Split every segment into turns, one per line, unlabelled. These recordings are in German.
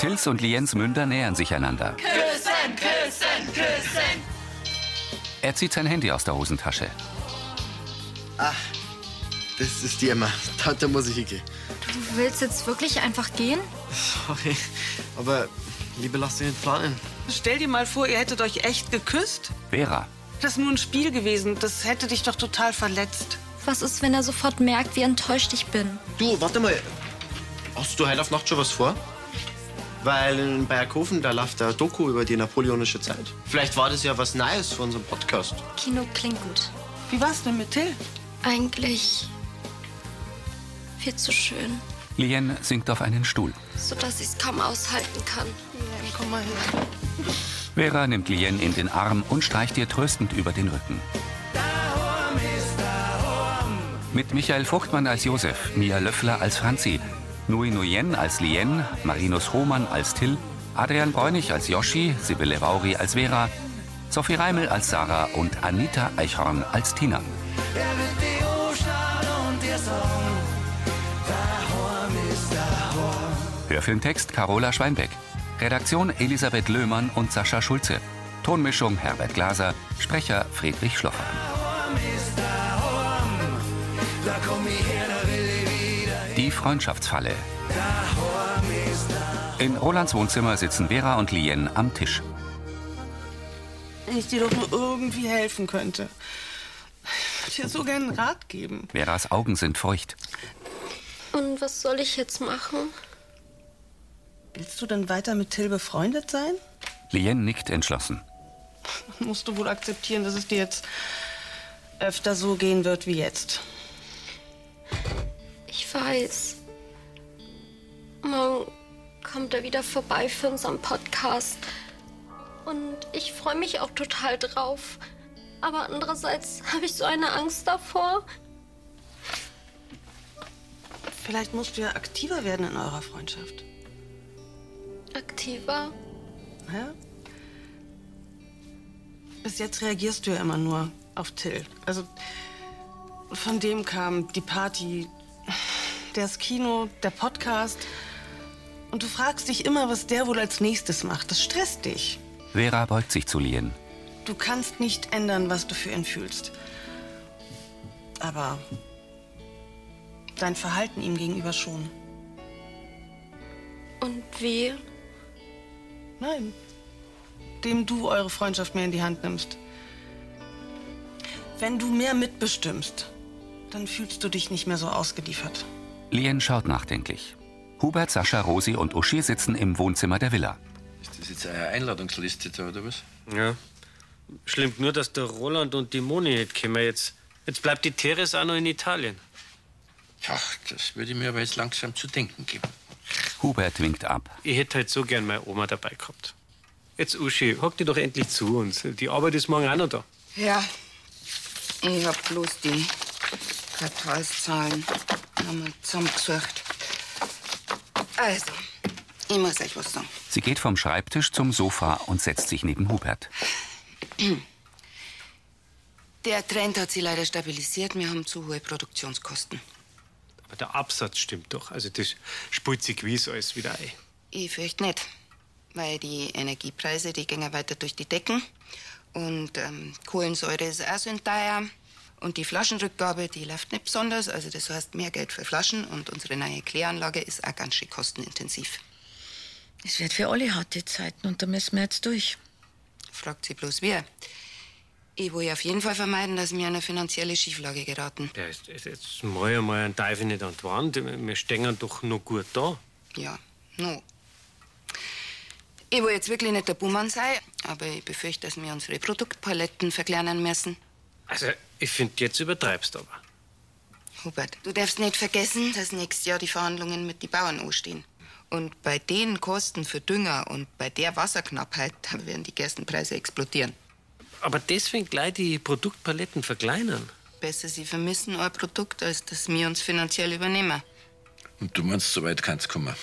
Tils und Liens Münder nähern sich einander.
Küssen, küssen, küssen.
Er zieht sein Handy aus der Hosentasche.
Ach, das ist die Emma. Da, da muss ich hingehen.
Du willst jetzt wirklich einfach gehen?
Sorry, aber Liebe, lass dich nicht planen.
Stell dir mal vor, ihr hättet euch echt geküsst.
Vera.
Das ist nur ein Spiel gewesen. Das hätte dich doch total verletzt.
Was ist, wenn er sofort merkt, wie enttäuscht ich bin?
Du, warte mal. Hast du heute auf Nacht schon was vor? Weil in Bayerkofen, da läuft der Doku über die napoleonische Zeit. Vielleicht war das ja was Neues für unseren Podcast.
Kino klingt gut.
Wie war's denn mit Till?
Eigentlich viel zu schön,
Lien sinkt auf einen Stuhl.
sodass ich es kaum aushalten kann.
Komm mal her.
Vera nimmt Lien in den Arm und streicht ihr tröstend über den Rücken. Mit Michael Fruchtmann als Josef, Mia Löffler als Franzi, Nui Nuyen als Lien, Marinus Hohmann als Till, Adrian Bräunig als Yoshi, Sibylle Vauri als Vera, Sophie Reimel als Sarah und Anita Eichhorn als Tina. Hörfilmtext Carola Schweinbeck. Redaktion Elisabeth Löhmann und Sascha Schulze. Tonmischung Herbert Glaser. Sprecher Friedrich Schloffer. Die Freundschaftsfalle. In Rolands Wohnzimmer sitzen Vera und Lien am Tisch.
Wenn ich dir doch nur irgendwie helfen könnte. Ich würde dir so gerne einen Rat geben.
Veras Augen sind feucht.
Und was soll ich jetzt machen?
Willst du denn weiter mit Till befreundet sein?
Lien nickt entschlossen.
Dann musst du wohl akzeptieren, dass es dir jetzt öfter so gehen wird wie jetzt.
Ich weiß. Morgen kommt er wieder vorbei für unseren Podcast. Und ich freue mich auch total drauf. Aber andererseits habe ich so eine Angst davor.
Vielleicht musst du ja aktiver werden in eurer Freundschaft.
Aktiver.
Ja? Bis jetzt reagierst du ja immer nur auf Till. Also von dem kam die Party, das Kino, der Podcast. Und du fragst dich immer, was der wohl als nächstes macht. Das stresst dich.
Vera beugt sich zu Lien.
Du kannst nicht ändern, was du für ihn fühlst. Aber dein Verhalten ihm gegenüber schon.
Und wie?
Nein. Dem du eure Freundschaft mehr in die Hand nimmst. Wenn du mehr mitbestimmst, dann fühlst du dich nicht mehr so ausgeliefert.
Lien schaut nachdenklich. Hubert, Sascha, Rosi und Uschi sitzen im Wohnzimmer der Villa.
Ist das jetzt eine Einladungsliste da, oder was?
Ja. Schlimm nur, dass der Roland und die Moni nicht kommen jetzt. Jetzt bleibt die Teres auch noch in Italien.
Ja, das würde mir aber jetzt langsam zu denken geben.
Hubert winkt ab.
Ich hätte halt so gern meine Oma dabei gehabt. Jetzt, Uschi, hock die doch endlich zu uns. Die Arbeit ist morgen auch noch da.
Ja, ich hab bloß die Quartalszahlen nochmal zusammengesucht. Also, ich muss euch was sagen.
Sie geht vom Schreibtisch zum Sofa und setzt sich neben Hubert.
Der Trend hat sich leider stabilisiert. Wir haben zu hohe Produktionskosten.
Aber der Absatz stimmt doch. Also, das spult sich gewiss alles wieder ein.
Ich fürchte nicht, weil die Energiepreise, die gingen weiter durch die Decken. Und ähm, Kohlensäure ist auch so teuer. Und die Flaschenrückgabe, die läuft nicht besonders. Also das heißt, mehr Geld für Flaschen. Und unsere neue Kläranlage ist auch ganz schön kostenintensiv.
Es wird für alle harte Zeiten und da müssen wir jetzt durch.
Fragt sie bloß wer. Ich will auf jeden Fall vermeiden, dass wir in eine finanzielle Schieflage geraten.
Ja, jetzt, jetzt- jetzt mal einmal einen Teufel nicht an die Wand. Wir stehen doch noch gut da.
Ja, no. Ich will jetzt wirklich nicht der Buhmann sein, aber ich befürchte, dass wir unsere Produktpaletten verkleinern müssen.
Also, ich finde, jetzt übertreibst du aber.
Hubert, du darfst nicht vergessen, dass nächstes Jahr die Verhandlungen mit den Bauern anstehen. Und bei den Kosten für Dünger und bei der Wasserknappheit, da werden die Gerstenpreise explodieren.
Aber deswegen gleich die Produktpaletten verkleinern.
Besser, sie vermissen euer Produkt, als dass wir uns finanziell übernehmen.
Und du meinst, so weit kann's kommen.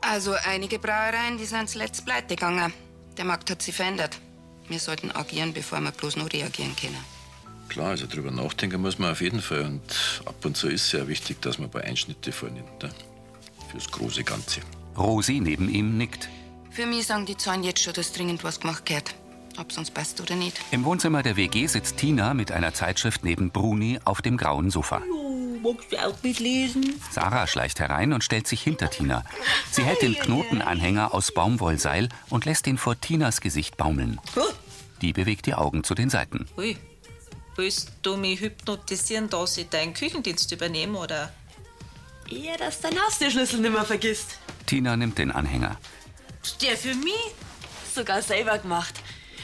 Also einige Brauereien, die sind zuletzt pleite gegangen. Der Markt hat sich verändert. Wir sollten agieren, bevor wir bloß nur reagieren können.
Klar, also drüber nachdenken muss man auf jeden Fall. Und ab und zu ist es ja wichtig, dass man ein paar Einschnitte vornimmt. Ne? Fürs große Ganze.
Rosi neben ihm nickt.
Für mich sagen die Zahlen jetzt schon, dass dringend was gemacht gehört. Ob sonst passt oder nicht.
Im Wohnzimmer der WG sitzt Tina mit einer Zeitschrift neben Bruni auf dem grauen Sofa.
Magst du auch mitlesen?
Sarah schleicht herein und stellt sich hinter Tina. Sie hält den Knotenanhänger aus Baumwollseil und lässt ihn vor Tinas Gesicht baumeln. Die bewegt die Augen zu den Seiten.
Ui, willst du mich hypnotisieren, dass ich deinen Küchendienst übernehme, oder?
Ja, dass dein Haus den Schlüssel nimmer vergisst.
Tina nimmt den Anhänger.
Der für mich sogar selber gemacht.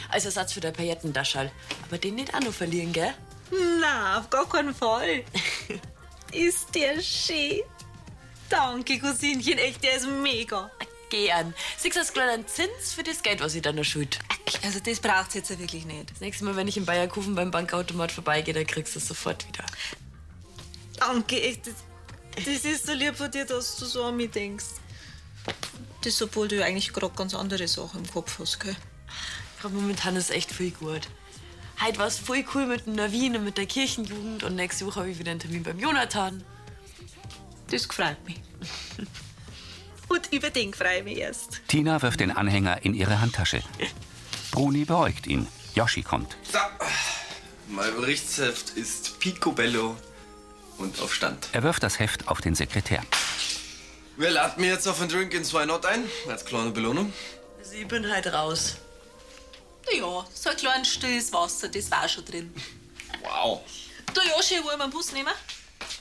Als Ersatz für der Paillettendaschall. Aber den nicht auch noch verlieren, gell?
Na, auf gar keinen Fall. ist der schön.
Danke, Cousinchen. Echt, der ist mega. Gern. Sechs als kleinen Zins für das Geld, was ich dann noch schuld. Also, das braucht's jetzt ja wirklich nicht. Das nächste Mal, wenn ich in Bayerkofen beim Bankautomat vorbeigehe, dann kriegst du es sofort wieder.
Danke, echt. Das, das ist so lieb von dir, dass du so an mich denkst. Das, obwohl du ja eigentlich gerade ganz andere Sachen im Kopf hast, gell?
Gerade momentan ist echt viel gut. Heute war's voll cool mit dem Navin und mit der Kirchenjugend und nächste Woche habe ich wieder einen Termin beim Jonathan.
Das gefreut mich. Und über den freue ich mich erst.
Tina wirft den Anhänger in ihre Handtasche. Bruni beäugt ihn. Yoshi kommt.
Mein Berichtsheft ist picobello und auf Stand.
Er wirft das Heft auf den Sekretär.
Wir laden mir jetzt auf einen Drink in Zwei Not ein, als kleine Belohnung.
Also, ich bin halt raus.
Ja, so ein kleines stilles Wasser, das war schon drin.
Wow.
Du, Joshi, wollen wir einen Bus nehmen?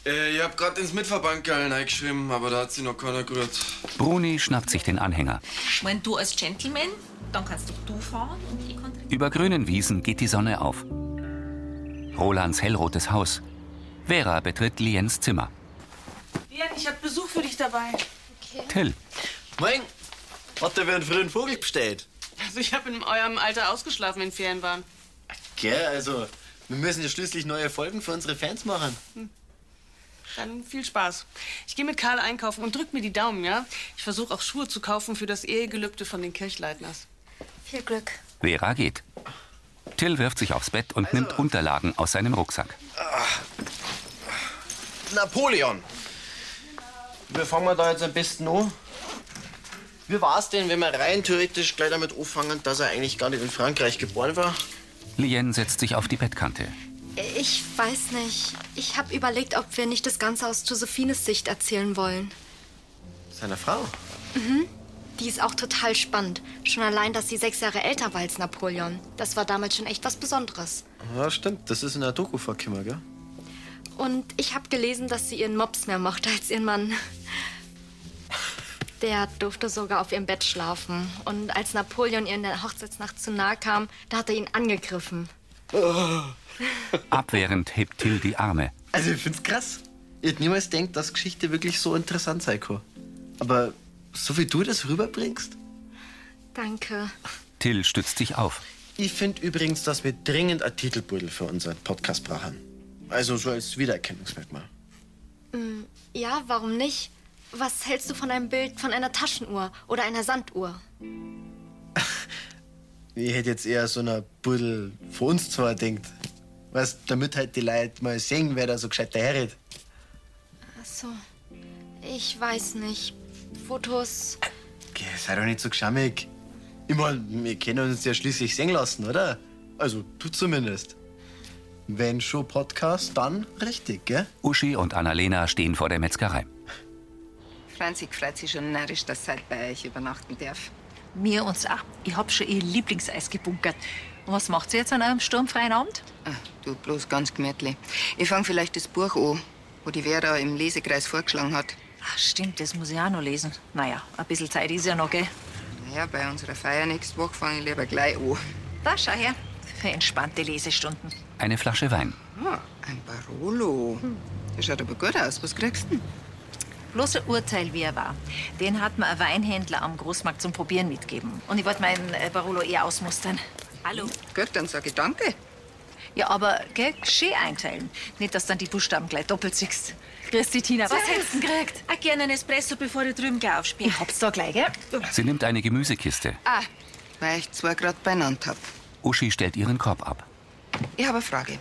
Äh, ich hab grad ins Mitverband geil eingeschrieben, aber da hat sie noch keiner gerührt.
Bruni schnappt sich den Anhänger.
Ich meine, du als Gentleman, dann kannst doch du fahren und ich kann
Über grünen Wiesen geht die Sonne auf. Rolands hellrotes Haus. Vera betritt Liens Zimmer.
Lian, ich hab Besuch für dich dabei.
Till.
Moin. Hat der wer einen frühen Vogel bestellt?
Also, ich hab in eurem Alter ausgeschlafen, wenn Ferien waren.
Gell, also, wir müssen ja schließlich neue Folgen für unsere Fans machen.
Dann viel Spaß. Ich gehe mit Karl einkaufen und drück mir die Daumen, ja? Ich versuche auch Schuhe zu kaufen für das Ehegelübde von den Kirchleitners.
Viel Glück.
Vera geht. Till wirft sich aufs Bett und nimmt Unterlagen aus seinem Rucksack.
Napoleon. Wir fangen wir da jetzt am besten an. Wie war's denn, wenn wir rein theoretisch gleich damit anfangen, dass er eigentlich gar nicht in Frankreich geboren war?
Lien setzt sich auf die Bettkante.
Ich weiß nicht. Ich habe überlegt, ob wir nicht das Ganze aus Josephines Sicht erzählen wollen.
Seiner Frau.
Mhm. Die ist auch total spannend. Schon allein, dass sie sechs Jahre älter war als Napoleon. Das war damals schon echt was Besonderes.
Ja, stimmt. Das ist in der Doku vorgekommen, gell?
Und ich habe gelesen, dass sie ihren Mops mehr mochte als ihren Mann. Der durfte sogar auf ihrem Bett schlafen. Und als Napoleon ihr in der Hochzeitsnacht zu nahe kam, da hat er ihn angegriffen.
Abwehrend hebt Till die Arme.
Also, ich find's krass. Ich hätte niemals denkt, dass Geschichte wirklich so interessant sein kann. Aber so wie du das rüberbringst?
Danke.
Till stützt sich auf.
Ich finde übrigens, dass wir dringend einen Titelbeutel für unseren Podcast brauchen. Also so als Wiedererkennungsmerkmal.
Mm, Ja, warum nicht? Was hältst du von einem Bild von einer Taschenuhr oder einer Sanduhr?
Ich hätte jetzt eher so einer Buddel für uns zwar denkt. Weißt, damit halt die Leute mal sehen, wer da so gescheit daherredet.
Ach so. Ich weiß nicht. Fotos.
Geh, sei doch nicht so geschammig. Ich mein, wir können uns ja schließlich sehen lassen, oder? Also, du zumindest. Wenn schon Podcast, dann richtig, gell?
Uschi und Annalena stehen vor der Metzgerei.
Franzi freut sich schon närrisch, dass sie heute bei euch übernachten darf.
Mir uns auch. Ich hab schon ihr Lieblingseis gebunkert. Und was macht sie jetzt an einem sturmfreien Abend?
Du, bloß ganz gemütlich. Ich fange vielleicht das Buch an, wo die Vera im Lesekreis vorgeschlagen hat.
Ach, Ah, stimmt, das muss ich auch noch lesen. Naja, ein bisschen Zeit ist ja noch, gell?
Naja, bei unserer Feier nächste Woche fange ich lieber gleich an.
Da, schau her. Für entspannte Lesestunden.
Eine Flasche Wein.
Ah, ein Barolo.
Hm.
Der schaut aber gut aus. Was kriegst du denn?
Bloß ein Urteil, wie er war. Den hat mir ein Weinhändler am Großmarkt zum Probieren mitgegeben. Und ich wollte meinen äh, Barolo eher ausmustern. Hallo.
Gut, dann sage ich danke.
Ja, aber gell, schön einteilen. Nicht, dass dann die Buchstaben gleich doppelt siehst. Grüß dich, Tina. Was hättest du denn gekriegt?
Auch gerne einen Espresso, bevor du drüben gleich aufspielst.
Ich hab's da gleich, gell?
Sie nimmt eine Gemüsekiste.
Ah, weil ich zwei gerade beieinander hab.
Uschi stellt ihren Korb ab.
Ich habe eine Frage.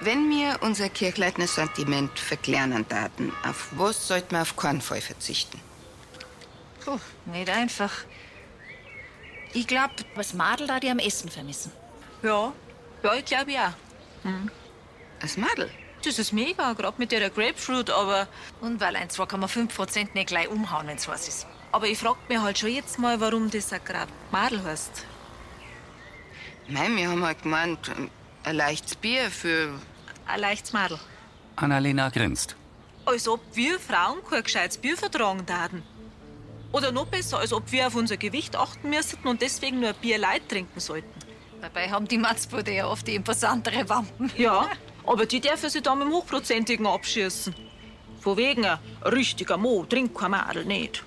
Wenn wir unser Kirchleitners Sentiment verklären an Daten, auf was sollten wir auf keinen Fall verzichten?
Puh, nicht einfach. Ich glaub, was Madel da, die am Essen vermissen.
Ja, ja, ich glaube ja.
Das Madel?
Das ist mega, gerade mit der Grapefruit, aber.
Und weil ein 2,5% nicht gleich umhauen, wenn's was ist.
Aber ich frag mich halt schon jetzt mal, warum das auch gerade Madel heißt.
Nein, wir haben halt gemeint, ähm, ein leichtes Bier für.
Ein leichtes Madel.
Annalena grinst.
Als ob wir Frauen kein gescheites Bier vertragen würden. Oder noch besser, als ob wir auf unser Gewicht achten müssten und deswegen nur ein Bier leid trinken sollten.
Dabei haben die Matzbude ja oft die imposantere Wampen.
Ja, aber die dürfen sie dann mit dem Hochprozentigen abschießen. Von wegen, ein richtiger Mo trinkt kein Madel nicht.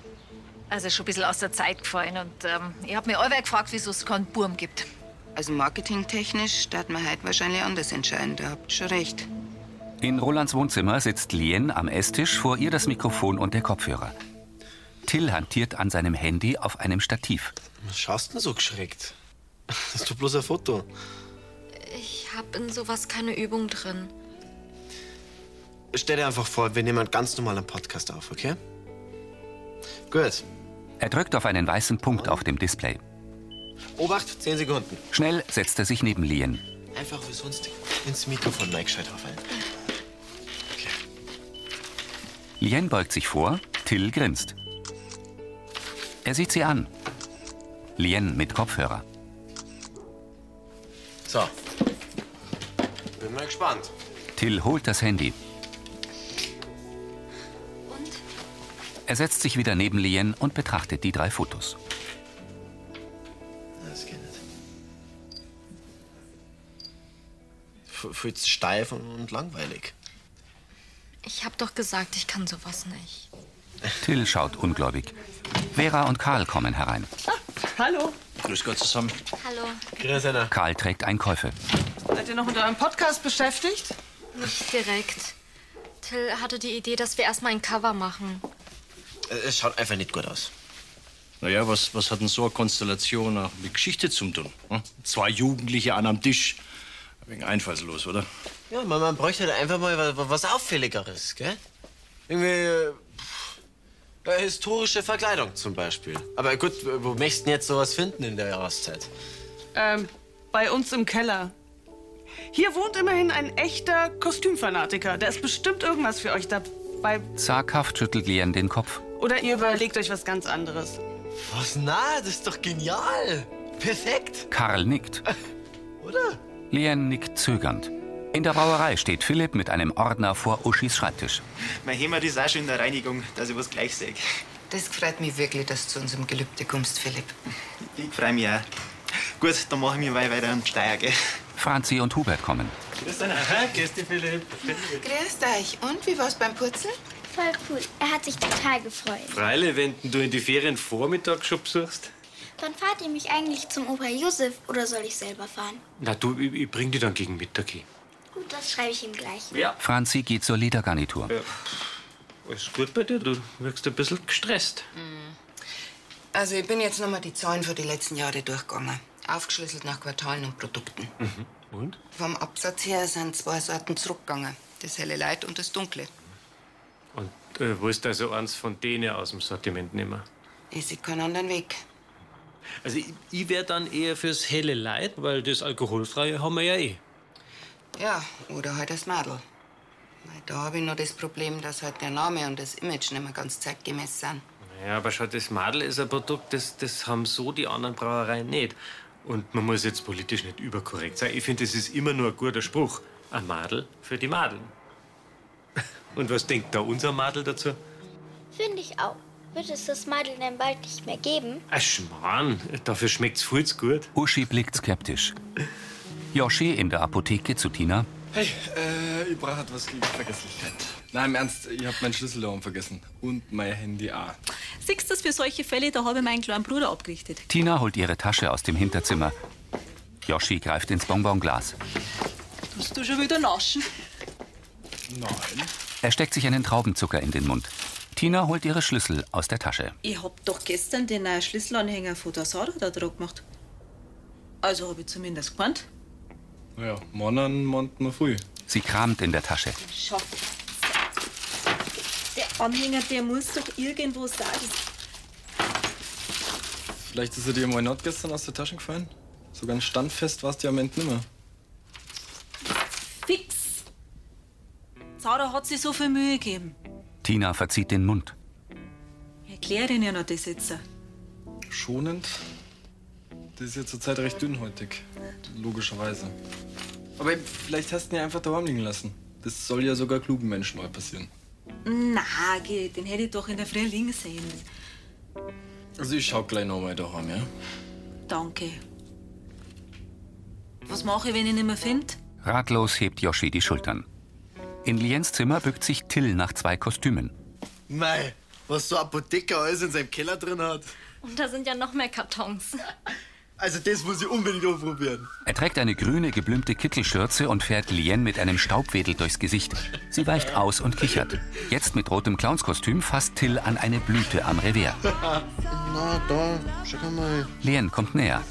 Also schon ein bisschen aus der Zeit gefallen. Und ähm, ich hab mich allweil gefragt, wieso es keinen Burm gibt.
Also marketingtechnisch, da hat man halt wahrscheinlich anders entscheiden, da habt ihr schon recht.
In Rolands Wohnzimmer sitzt Lien am Esstisch, vor ihr das Mikrofon und der Kopfhörer. Till hantiert an seinem Handy auf einem Stativ.
Was schaust du denn so geschreckt? Das ist doch bloß ein Foto.
Ich habe in sowas keine Übung drin.
Stell dir einfach vor, wir nehmen einen ganz normalen Podcast auf, okay? Gut.
Er drückt auf einen weißen Punkt auf dem Display.
Obacht, 10 Sekunden.
Schnell setzt er sich neben Lien.
Einfach wie sonst ins Mikrofon neigescheit auf einen.
Lien beugt sich vor, Till grinst. Er sieht sie an. Lien mit Kopfhörer.
So. Bin mal gespannt.
Till holt das Handy. Er setzt sich wieder neben Lien und betrachtet die drei Fotos.
Das geht nicht. F- Fühlt's steif und, und langweilig.
Ich habe doch gesagt, ich kann sowas nicht.
Till schaut ungläubig. Vera und Karl kommen herein.
Hallo.
Grüß Gott zusammen.
Hallo.
Grüß Anna.
Karl trägt Einkäufe.
Seid ihr noch mit eurem Podcast beschäftigt?
Nicht direkt. Till hatte die Idee, dass wir erstmal ein Cover machen.
Äh, Es schaut einfach nicht gut aus.
Naja, was, was hat denn so eine Konstellation auch mit Geschichte zum tun? Hm? Zwei Jugendliche an am Tisch. Wegen einfallslos, oder?
Ja, man, man bräuchte halt einfach mal wa- wa- was Auffälligeres, gell? Irgendwie. äh, pff, äh, historische Verkleidung zum Beispiel. Aber gut, wo möchtest du denn jetzt sowas finden in der Jahreszeit?
Ähm, bei uns im Keller. Hier wohnt immerhin ein echter Kostümfanatiker. Da ist bestimmt irgendwas für euch dabei.
Zaghaft schüttelt Lien den Kopf.
Oder ihr überlegt euch was ganz anderes.
Was? Na, das ist doch genial. Perfekt.
Karl nickt.
Oder?
Lien nickt zögernd. In der Brauerei steht Philipp mit einem Ordner vor Uschis Schreibtisch.
Mein Hämmer ist auch schon in der Reinigung, dass ich was gleich sehe.
Das freut mich wirklich, dass du zu unserem Gelübde kommst, Philipp.
Ich freue mich auch. Gut, dann mache ich mich mal weiter an den Steier, gell?
Franzi und Hubert kommen.
Grüß dich, Anna. Grüß dich, Philipp.
Grüß euch. Und wie war's beim Purzeln?
Voll cool. Er hat sich total gefreut.
Freilich, wenn du in die Ferien Vormittag schon besuchst.
Wann fahrt ihr mich eigentlich zum Opa Josef oder soll ich selber fahren?
Na du, ich, ich bring die dann gegen Mittag hin.
Gut, das schreibe ich ihm gleich.
Franzi geht zur Ledergarnitur.
Alles gut bei dir? Du wirkst ein bisschen gestresst.
Mm. Also ich bin jetzt nochmal die Zahlen für die letzten Jahre durchgegangen. Aufgeschlüsselt nach Quartalen und Produkten.
Und?
Vom Absatz her sind zwei Sorten zurückgegangen. Das helle Leid und das dunkle.
Und äh, willst also eins von denen aus dem Sortiment nehmen?
Ich sehe keinen anderen Weg.
Also ich, ich wäre dann eher fürs helle Leid, weil das Alkoholfreie haben wir ja eh.
Ja, oder halt das Madel. Weil da habe ich noch das Problem, dass halt der Name und das Image nicht mehr ganz zeitgemäß sind.
Ja, aber schau, das Madel ist ein Produkt, das, das haben so die anderen Brauereien nicht. Und man muss jetzt politisch nicht überkorrekt sein. Ich finde, das ist immer nur ein guter Spruch. Ein Madel für die Madeln. Und was denkt da unser Madel dazu?
Finde ich auch. Wird es das Madel denn bald nicht mehr geben?
Ein Schmarrn, dafür schmeckt's voll zu gut.
Uschi blickt skeptisch. Yoshi in der Apotheke zu Tina.
Hey, äh, ich brauche etwas gegen Vergesslichkeit. Nein, im Ernst, ich habe meinen Schlüssel da oben vergessen. Und mein Handy auch.
Siehst du, für solche Fälle, da habe ich meinen kleinen Bruder abgerichtet.
Tina holt ihre Tasche aus dem Hinterzimmer. Yoshi greift ins Bonbonglas.
Tust du schon wieder naschen?
Nein.
Er steckt sich einen Traubenzucker in den Mund. Tina holt ihre Schlüssel aus der Tasche.
Ich hab doch gestern den neuen Schlüsselanhänger von der Sarah da drauf gemacht. Also habe ich zumindest gemeint.
Naja, morgen an Montag noch früh.
Sie kramt in der Tasche.
Schau. Der Anhänger, der muss doch irgendwo sein. Das-
Vielleicht ist er dir im Why Not gestern aus der Tasche gefallen? So ganz standfest warst du ja am Ende nimmer.
Fix. Zara hat sich so viel Mühe gegeben.
Tina verzieht den Mund.
Erklär ihnen ja noch das jetzt.
Schonend? Das ist ja zurzeit recht dünnhäutig. Logischerweise. Aber eben, vielleicht hast du ihn ja einfach daheim liegen lassen. Das soll ja sogar klugen Menschen mal passieren.
Na, geh, den hätte ich doch in der Früh liegen sehen.
Also ich schau gleich nochmal daheim, ja?
Danke. Was mache ich, wenn ich ihn nicht mehr finde?
Ratlos hebt Yoshi die Schultern. In Liens Zimmer bückt sich Till nach zwei Kostümen.
Mei, was so ein Apotheker alles in seinem Keller drin hat.
Und da sind ja noch mehr Kartons.
Also das muss ich unbedingt ausprobieren.
Er trägt eine grüne, geblümte Kittelschürze und fährt Lien mit einem Staubwedel durchs Gesicht. Sie weicht aus und kichert. Jetzt mit rotem Clownskostüm fasst Till an eine Blüte am Revier.
Na, da, schau mal.
Lien kommt näher.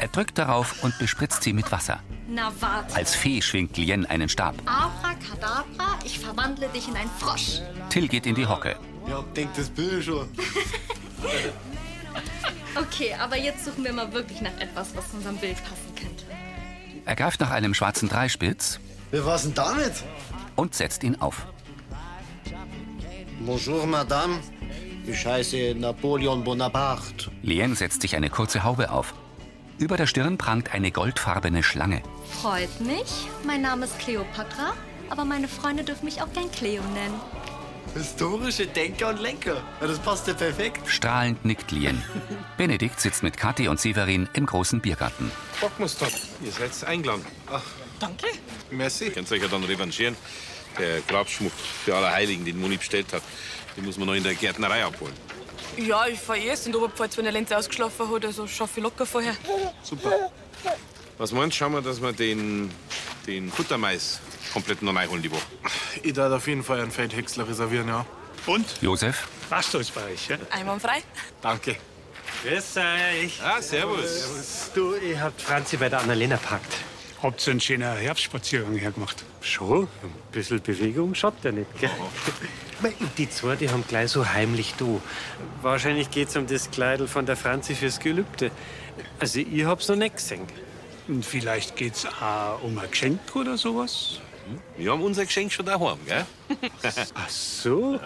Er drückt darauf und bespritzt sie mit Wasser.
Na warte.
Als Fee schwingt Lien einen Stab.
Abracadabra, ich verwandle dich in einen Frosch.
Till geht in die Hocke.
Ja, denk das Bild schon.
Okay, aber jetzt suchen wir mal wirklich nach etwas, was zu unserem Bild passen könnte.
Er greift nach einem schwarzen Dreispitz
Wer war's denn damit?
und setzt ihn auf.
Bonjour, Madame. Ich heiße Napoleon Bonaparte.
Lien setzt sich eine kurze Haube auf. Über der Stirn prangt eine goldfarbene Schlange.
Freut mich. Mein Name ist Cleopatra, aber meine Freunde dürfen mich auch gern Cleo nennen.
Historische Denker und Lenker. Ja, das passt ja perfekt.
Strahlend nickt Lien. Benedikt sitzt mit Kathi und Severin im großen Biergarten.
Bockmustop, ihr seid eingeladen. Ach,
Danke.
merci. Könnt euch ja dann revanchieren. Der Grabschmuck für alle Heiligen, den Moni bestellt hat, den muss man noch in der Gärtnerei abholen.
Ja, ich fahre erst in die Oberpfalz, wenn der Lenz ausgeschlafen hat. Also schaffe ich locker vorher.
Super. Was meinst du, schauen wir, dass wir den, den Futtermais komplett noch reinholen die Woche?
Ich darf auf jeden Fall einen Feldhäcksler reservieren, ja. Und?
Josef?
Was ist bei euch, ja?
Einwandfrei.
Danke.
Grüß euch.
Ah, servus.
Du, ihr habt Franzi bei der Annalena packt.
Habt ihr einen schönen Herbstspaziergang hergemacht?
Schon, ein bisschen Bewegung schadet ja nicht, gell? Mei, und Die zwei, die haben gleich so heimlich du. Wahrscheinlich geht's um das Kleidel von der Franzi fürs Gelübde. Also, ich hab's noch nicht gesehen.
Und vielleicht geht's auch um ein Geschenk oder sowas?
Mhm. Wir haben unser Geschenk schon daheim, gell?
Ach so?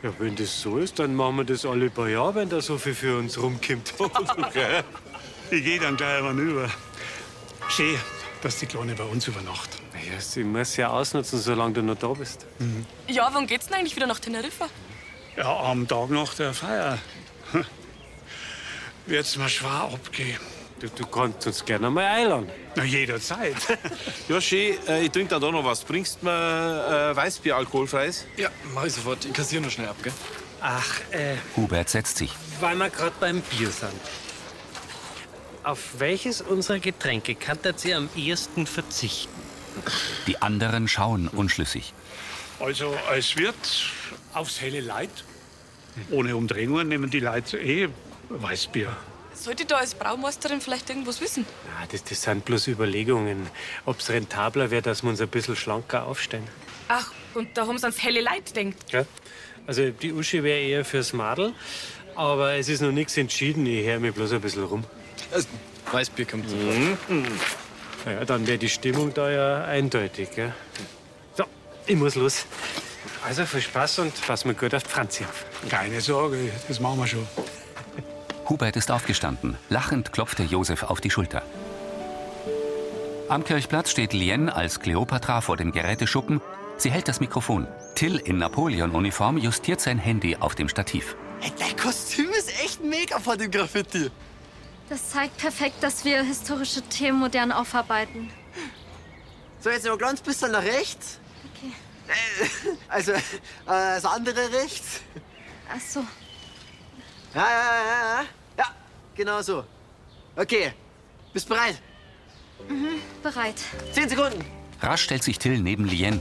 Ja. wenn das so ist, dann machen wir das alle paar Jahre, wenn da so viel für uns rumkommt.
Ich gehe dann gleich rüber. Schön, dass die Kleine bei uns übernachtet.
Ja, sie muss ja ausnutzen, solange du noch da bist.
Ja, wann geht's denn eigentlich wieder nach Teneriffa?
Ja, am Tag nach der Feier. Hm. Wird's mir schwer abgehen.
Du, du kannst uns gerne mal einladen.
Na, jederzeit.
Joschi, äh, ich trinke da doch noch was. Bringst du mir äh, Weißbier alkoholfreies?
Ja, mach ich sofort. Ich kassiere nur schnell ab, gell?
Ach, äh,
Hubert setzt sich.
weil wir gerade beim Bier sind. Auf welches unserer Getränke kanntet ihr am ehesten verzichten?
Die anderen schauen unschlüssig.
Also als Wirt aufs helle Leid. Ohne Umdrehungen nehmen die Leute eh Weißbier.
Sollte ich da als Braumeisterin vielleicht irgendwas wissen?
Na, Ah, das, das sind bloß Überlegungen, ob es rentabler wäre, dass wir uns ein bisschen schlanker aufstellen.
Ach, und da haben sie ans helle Leid gedenkt.
Ja? Also die Uschi wäre eher fürs Madel, aber es ist noch nichts entschieden. Ich höre mich bloß ein bisschen rum.
Also,
Mhm.
Weißbier kommt
Ja, dann wäre die Stimmung da ja eindeutig. Gell? So, ich muss los. Also viel Spaß und pass mir gut auf die Franzi auf.
Keine Sorge, das machen wir schon.
Hubert ist aufgestanden. Lachend klopft er Josef auf die Schulter. Am Kirchplatz steht Lien als Kleopatra vor dem Geräteschuppen. Sie hält das Mikrofon. Till in Napoleon-Uniform justiert sein Handy auf dem Stativ.
Hey, dein Kostüm ist echt mega von dem Graffiti.
Das zeigt perfekt, dass wir historische Themen modern aufarbeiten.
So, jetzt noch ein ganz bisschen nach rechts. Okay. Also, äh, das andere rechts.
Ach so.
Ja, ja, ja, ja. Ja, genau so. Okay, bist bereit?
Mhm, bereit.
Zehn Sekunden.
Rasch stellt sich Till neben Lien.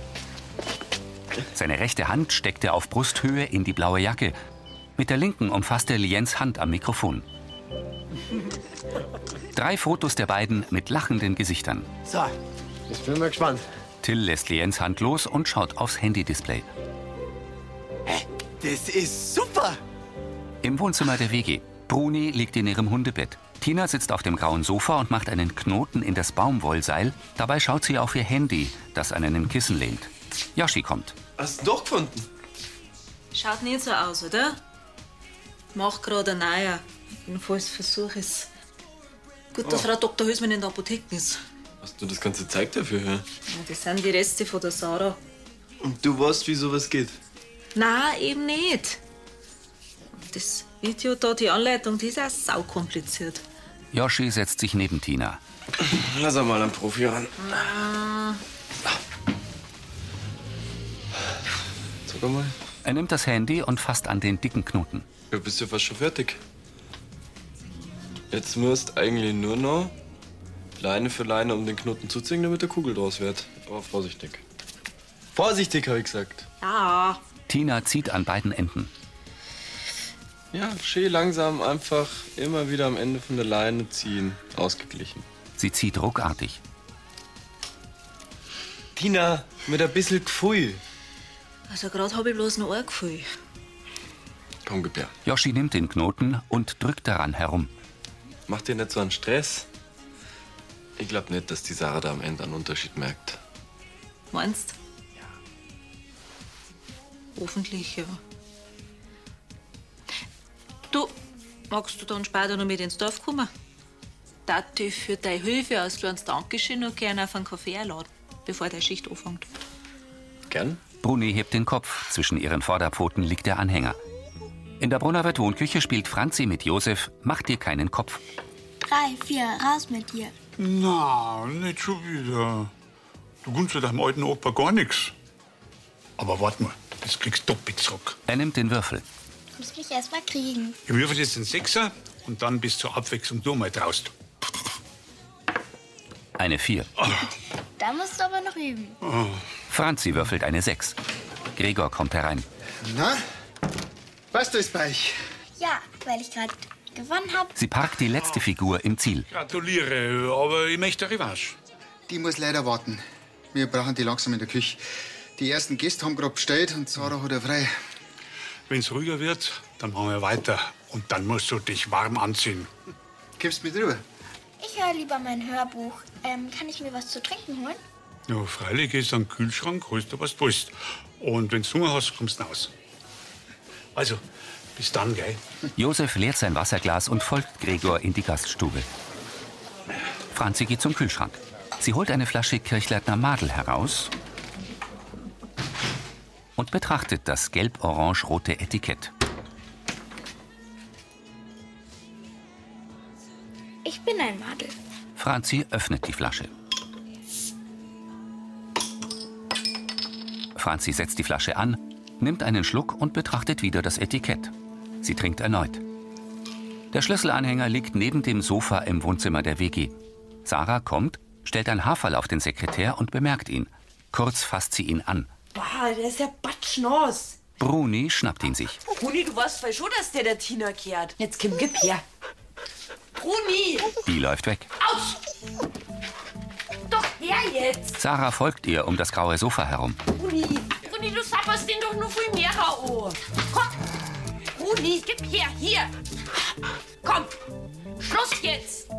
Seine rechte Hand steckt er auf Brusthöhe in die blaue Jacke. Mit der linken umfasst er Liens Hand am Mikrofon. Drei Fotos der beiden mit lachenden Gesichtern.
So, jetzt bin ich mal gespannt.
Till lässt Liens Hand los und schaut aufs Handy-Display.
Das ist super.
Im Wohnzimmer der WG. Bruni liegt in ihrem Hundebett. Tina sitzt auf dem grauen Sofa und macht einen Knoten in das Baumwollseil. Dabei schaut sie auf ihr Handy, das an einem Kissen lehnt. Yoshi kommt.
Hast du doch gefunden?
Schaut nicht so aus, oder? Mach gerade einen neuen. Jedenfalls versuch es. Gut, dass
Oh.
Frau Dr. Hülsmann in der Apotheke ist.
Hast du das ganze Zeug dafür, ja?
Ja, Das sind die Reste von der Sarah.
Und du weißt, wie sowas geht.
Na, eben nicht. Und Das Video da, die Anleitung, die ist auch saukompliziert.
Yoshi setzt sich neben Tina.
Lass mal einen Profi ran. Sag mal.
Er nimmt das Handy und fasst an den dicken Knoten.
Ja, bist ja fast schon fertig. Jetzt musst eigentlich nur noch Leine für Leine um den Knoten zuziehen, damit der Kugel draus wird. Aber vorsichtig. Vorsichtig, habe ich gesagt.
Ja.
Tina zieht an beiden Enden.
Ja, schön langsam einfach immer wieder am Ende von der Leine ziehen. Ausgeglichen.
Sie zieht ruckartig.
Tina, mit ein bisschen Gefühl.
Also gerade habe ich bloß noch ein Gefühl.
Komm, gib her.
Yoshi nimmt den Knoten und drückt daran herum.
Mach dir nicht so einen Stress. Ich glaube nicht, dass die Sarah da am Ende einen Unterschied merkt.
Meinst? Ja. Hoffentlich, ja. Du, magst du dann später noch mit ins Dorf kommen? Darf ich für deine Hilfe als kleines Dankeschön noch gerne auf einen Kaffee einladen, bevor deine Schicht anfängt.
Gern?
Bruni hebt den Kopf. Zwischen ihren Vorderpfoten liegt der Anhänger. In der Brunnerwirt Wohnküche spielt Franzi mit Josef. Mach dir keinen Kopf.
Drei, vier, raus mit dir.
Na, nicht schon wieder. Du gunnst deinem alten Opa gar nichts. Aber warte mal, das kriegst du doppelt zurück.
Er nimmt den Würfel.
Du musst mich erstmal kriegen.
Ich würfe jetzt den Sechser und dann bist zur Abwechslung du mal traust.
Eine 4.
Da musst du aber noch üben.
Oh.
Franzi würfelt eine 6. Gregor kommt herein.
Na? Was du ist bei euch?
Ja, weil ich gerade gewonnen habe.
Sie parkt die letzte Figur im Ziel.
Gratuliere, aber ich möchte eine Revanche.
Die muss leider warten. Wir brauchen die langsam in der Küche. Die ersten Gäste haben gerade bestellt und Sarah hat ja frei.
Wenn's ruhiger wird, dann machen wir weiter. Und dann musst du dich warm anziehen.
Gibst mit rüber?
Ich höre lieber mein Hörbuch. Ähm, kann ich mir was zu trinken holen?
Ja, freilich gehst du an den Kühlschrank, holst du was du willst. Und wenn's Hunger hast, kommst du raus. Also, bis dann, gell?
Josef leert sein Wasserglas und folgt Gregor in die Gaststube. Franzi geht zum Kühlschrank. Sie holt eine Flasche Kirchleitner Madel heraus und betrachtet das gelb-orange-rote Etikett.
Ich bin ein Madel.
Franzi öffnet die Flasche. Franzi setzt die Flasche an, nimmt einen Schluck und betrachtet wieder das Etikett. Sie trinkt erneut. Der Schlüsselanhänger liegt neben dem Sofa im Wohnzimmer der WG. Sarah kommt, stellt ein Haferl auf den Sekretär und bemerkt ihn. Kurz fasst sie ihn an.
Boah, der ist ja batschnaus.
Bruni schnappt ihn sich.
Bruni, du weißt voll schon, dass der der Tina kehrt. Jetzt Kim, gib her. Bruni!
Die läuft weg.
Aus! Doch her jetzt!
Sarah folgt ihr um das graue Sofa herum.
Bruni! Bruni, du sapperst den doch nur viel mehr, H.O. Komm! Bruni, gib her, hier! Komm! Schluss jetzt!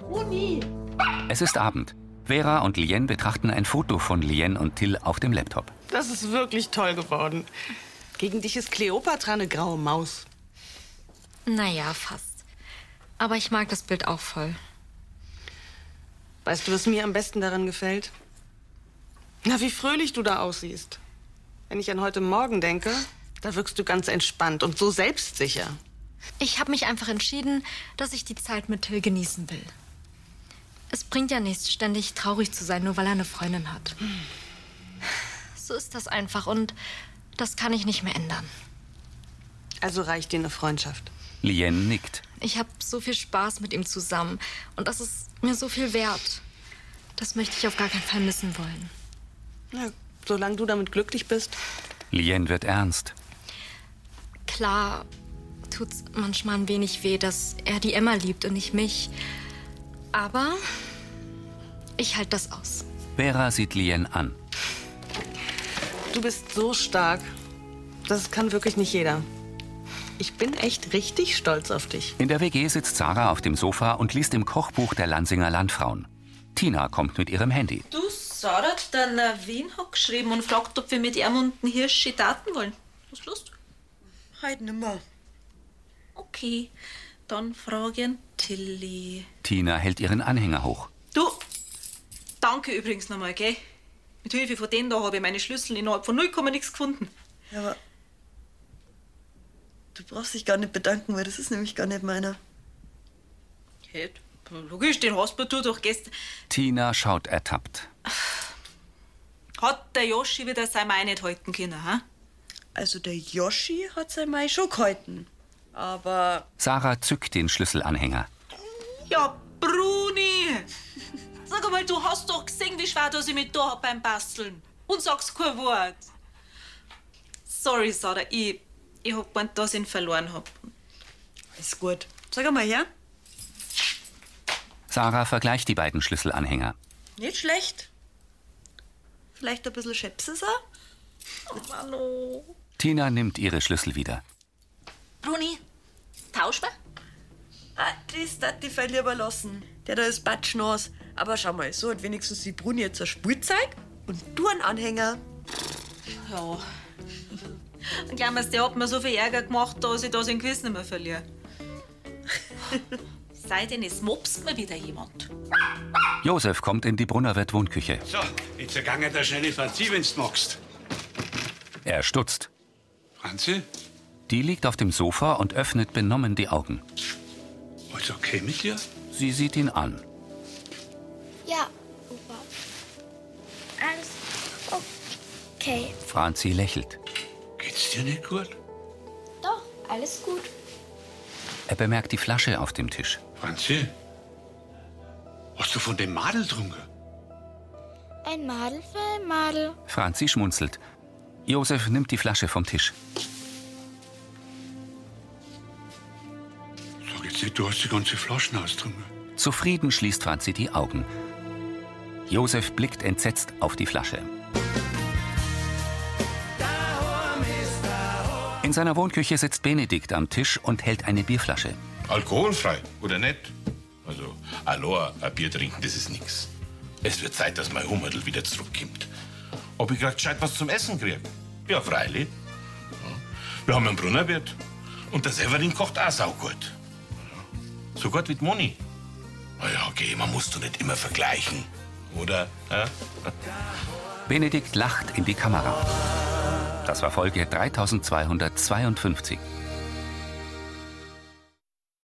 Bruni!
Es ist Abend. Vera und Lien betrachten ein Foto von Lien und Till auf dem Laptop.
Das ist wirklich toll geworden. Gegen dich ist Kleopatra eine graue Maus.
Naja, fast. Aber ich mag das Bild auch voll.
Weißt du, was mir am besten daran gefällt? Na, wie fröhlich du da aussiehst. Wenn ich an heute Morgen denke, da wirkst du ganz entspannt und so selbstsicher.
Ich habe mich einfach entschieden, dass ich die Zeit mit Till genießen will. Es bringt ja nichts, ständig traurig zu sein, nur weil er eine Freundin hat. So ist das einfach und das kann ich nicht mehr ändern.
Also reicht dir eine Freundschaft.
Lien nickt.
Ich habe so viel Spaß mit ihm zusammen und das ist mir so viel wert. Das möchte ich auf gar keinen Fall missen wollen.
Na, solange du damit glücklich bist.
Lien wird ernst.
Klar tut's manchmal ein wenig weh, dass er die Emma liebt und nicht mich. Aber ich halte das aus.
Vera sieht Lien an.
Du bist so stark. Das kann wirklich nicht jeder. Ich bin echt richtig stolz auf dich.
In der WG sitzt Sarah auf dem Sofa und liest im Kochbuch der Lansinger Landfrauen. Tina kommt mit ihrem Handy.
Du, Sarah, der Navin hat geschrieben und fragt, ob wir mit ihm und dem Hirschi daten wollen. Hast du Lust? Heute nimmer. Okay, dann frage ich einen Tilly.
Tina hält ihren Anhänger hoch.
Du, danke übrigens nochmal, gell? Mit Hilfe von denen da habe ich meine Schlüssel innerhalb von 0, nix gefunden.
Ja, aber du brauchst dich gar nicht bedanken, weil das ist nämlich gar nicht meiner.
Hey, logisch, den hast du doch gestern.
Tina schaut ertappt.
Hat der Joschi wieder sein Mai nicht halten können, hä?
Also der Yoshi hat sein Mai schon gehalten. Aber
Sarah zückt den Schlüsselanhänger.
Ja, Bruni! Sag mal, du hast doch gesehen, wie schwer das ich mit da hab beim Basteln. Und sagst kein Wort. Sorry, Sarah, ich, ich hab gemeint, dass ich ihn verloren hab.
ist gut. Sag mal her.
Sarah vergleicht die beiden Schlüsselanhänger.
Nicht schlecht. Vielleicht ein bisschen Schepsiser?
Oh, Mann, oh.
Tina nimmt ihre Schlüssel wieder.
Bruni, tausch mal. Ah, das darf ich voll lieber lassen. Der da ist batschnass. Aber schau mal, so hat wenigstens die Bruni jetzt ein Spielzeug und du einen Anhänger.
Ja. Und glaubst du, der hat mir so viel Ärger gemacht, dass ich das in Quiz nicht mehr verliere. Sei denn, es mobst mir wieder jemand.
Josef kommt in die Brunnerwirt Wohnküche.
So, jetzt ergangen der schnelle Franzi, wenn's magst.
Er stutzt.
Franzi?
Die liegt auf dem Sofa und öffnet benommen die Augen.
Alles okay mit dir?
Sie sieht ihn an.
Ja, Opa. Alles oh. okay.
Franzi lächelt.
Geht's dir nicht gut?
Doch, alles gut.
Er bemerkt die Flasche auf dem Tisch.
Franzi? Hast du von dem Madel getrunken?
Ein Madel für ein Madel.
Franzi schmunzelt. Josef nimmt die Flasche vom Tisch.
Sag jetzt nicht, du hast die ganze Flasche ausgetrunken.
Zufrieden schließt Franzi die Augen. Josef blickt entsetzt auf die Flasche. In seiner Wohnküche sitzt Benedikt am Tisch und hält eine Bierflasche.
Alkoholfrei, oder nicht? Also, Aloha, ein Bier trinken, das ist nix. Es wird Zeit, dass mein Hummerl wieder zurückkommt. Ob ich grad gescheit was zum Essen krieg? Ja, freilich. Ja. Wir haben einen Brunnerwirt. Und der Severin kocht auch saugut. Ja. So gut wie die Moni. Na ja, okay, man muss doch nicht immer vergleichen. Oder? Ja?
Benedikt lacht in die Kamera. Das war Folge 3252.